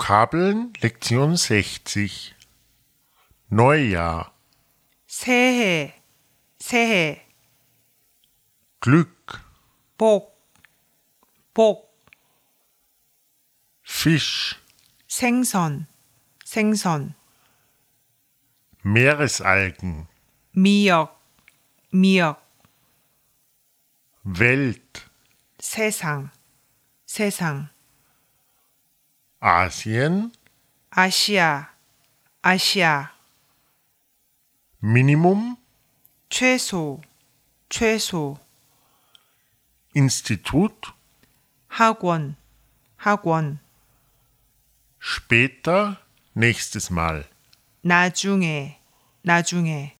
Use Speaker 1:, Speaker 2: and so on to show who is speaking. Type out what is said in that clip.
Speaker 1: Vokabeln Lektion 60 Neujahr
Speaker 2: 새해, 새해,
Speaker 1: Glück
Speaker 2: 복, 복,
Speaker 1: Fisch
Speaker 2: 생선, 생선,
Speaker 1: Meeresalgen
Speaker 2: 미역, 미역,
Speaker 1: Welt
Speaker 2: 세상, 세상,
Speaker 1: Asien
Speaker 2: 아시아, 아시아,
Speaker 1: Minimum
Speaker 2: 최소, 최소,
Speaker 1: Institut
Speaker 2: 학원, 학원,
Speaker 1: später nächstes Mal
Speaker 2: 나중에, 나중에.